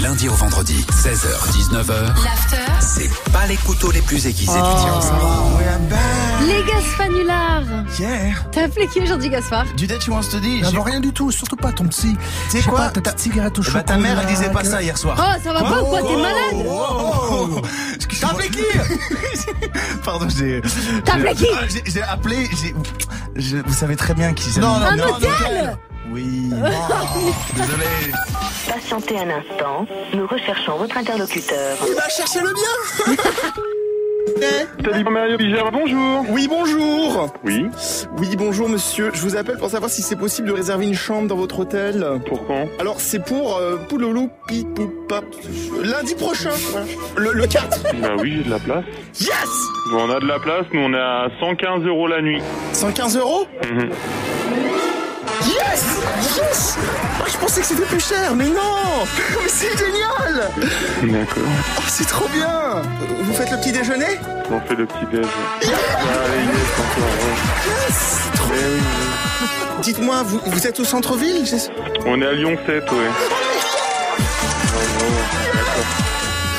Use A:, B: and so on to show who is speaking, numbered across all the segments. A: lundi au vendredi, 16h-19h.
B: L'after.
A: C'est pas les couteaux les plus aiguisés du diable.
C: bah.
D: Les Gasfanulars
C: Yeah.
D: T'as appelé qui aujourd'hui, Gaspard
C: Du date, tu wants to dis.
E: Non, non, rien du tout, surtout pas ton psy.
C: sais
E: Je sais
C: quoi,
E: pas, ta
C: ta-
E: petite cigarette au
C: Eh ben,
E: chocolat. euh,
C: ta mère, elle disait pas ça hier
D: Oh,
C: soir.
D: ça va pas ou quoi T'es malade
C: Oh, T'as appelé qui Pardon, j'ai.
D: T'as
C: j'ai-
D: appelé qui
C: Ah, j'ai- J'ai appelé. j'ai- je- Vous savez très bien qui c'est.
E: Non, non,
D: Un
E: non,
D: hôtel
C: Oui. Désolé.
F: Patientez un instant, nous recherchons votre interlocuteur.
E: Il va chercher le bien
G: Salut Mario Bigard, bonjour
H: Oui, bonjour
G: Oui,
H: Oui, bonjour monsieur. Je vous appelle pour savoir si c'est possible de réserver une chambre dans votre hôtel.
G: pour quand
H: Alors, c'est pour euh, Pouloulou Pipoupap. Lundi prochain voilà. le, le 4
G: Bah oui, j'ai de la place.
H: Yes
G: Bon, on a de la place, nous on est à 115 euros la nuit.
H: 115 euros
G: Mhm.
H: Yes Yes Moi, je pensais que c'était plus cher, mais non Mais c'est génial
G: D'accord,
H: Oh, C'est trop bien Vous faites le petit déjeuner
G: on fait le petit déj. Allez, yes, encore,
H: Yes Trop-
G: ouais. Eh oui.
H: Dites-moi, vous, vous êtes au centre-ville J'ai-
G: On est à Lyon 7, ouais.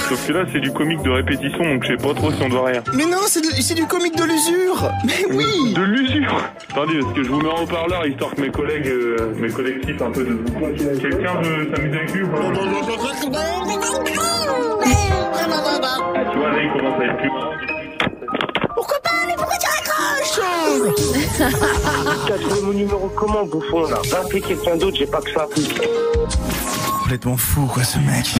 G: Sauf que là, c'est du comique de répétition, donc je sais pas trop si on doit rien.
H: Mais non, c'est de- c'est du comique de l'usure Mais oui
G: De l'usure Attendez, parce que je vous mets en haut-parleur, histoire que mes collègues, euh, mes collègues quittent un peu de... Quelqu'un veut s'amuser avec lui ou pas Ah, tu vois, là, il commence à être plus marrant.
I: T'as trouvé mon numéro comment, bouffon, là Va appeler quelqu'un d'autre, j'ai pas que ça.
C: Complètement fou, quoi, ce mec.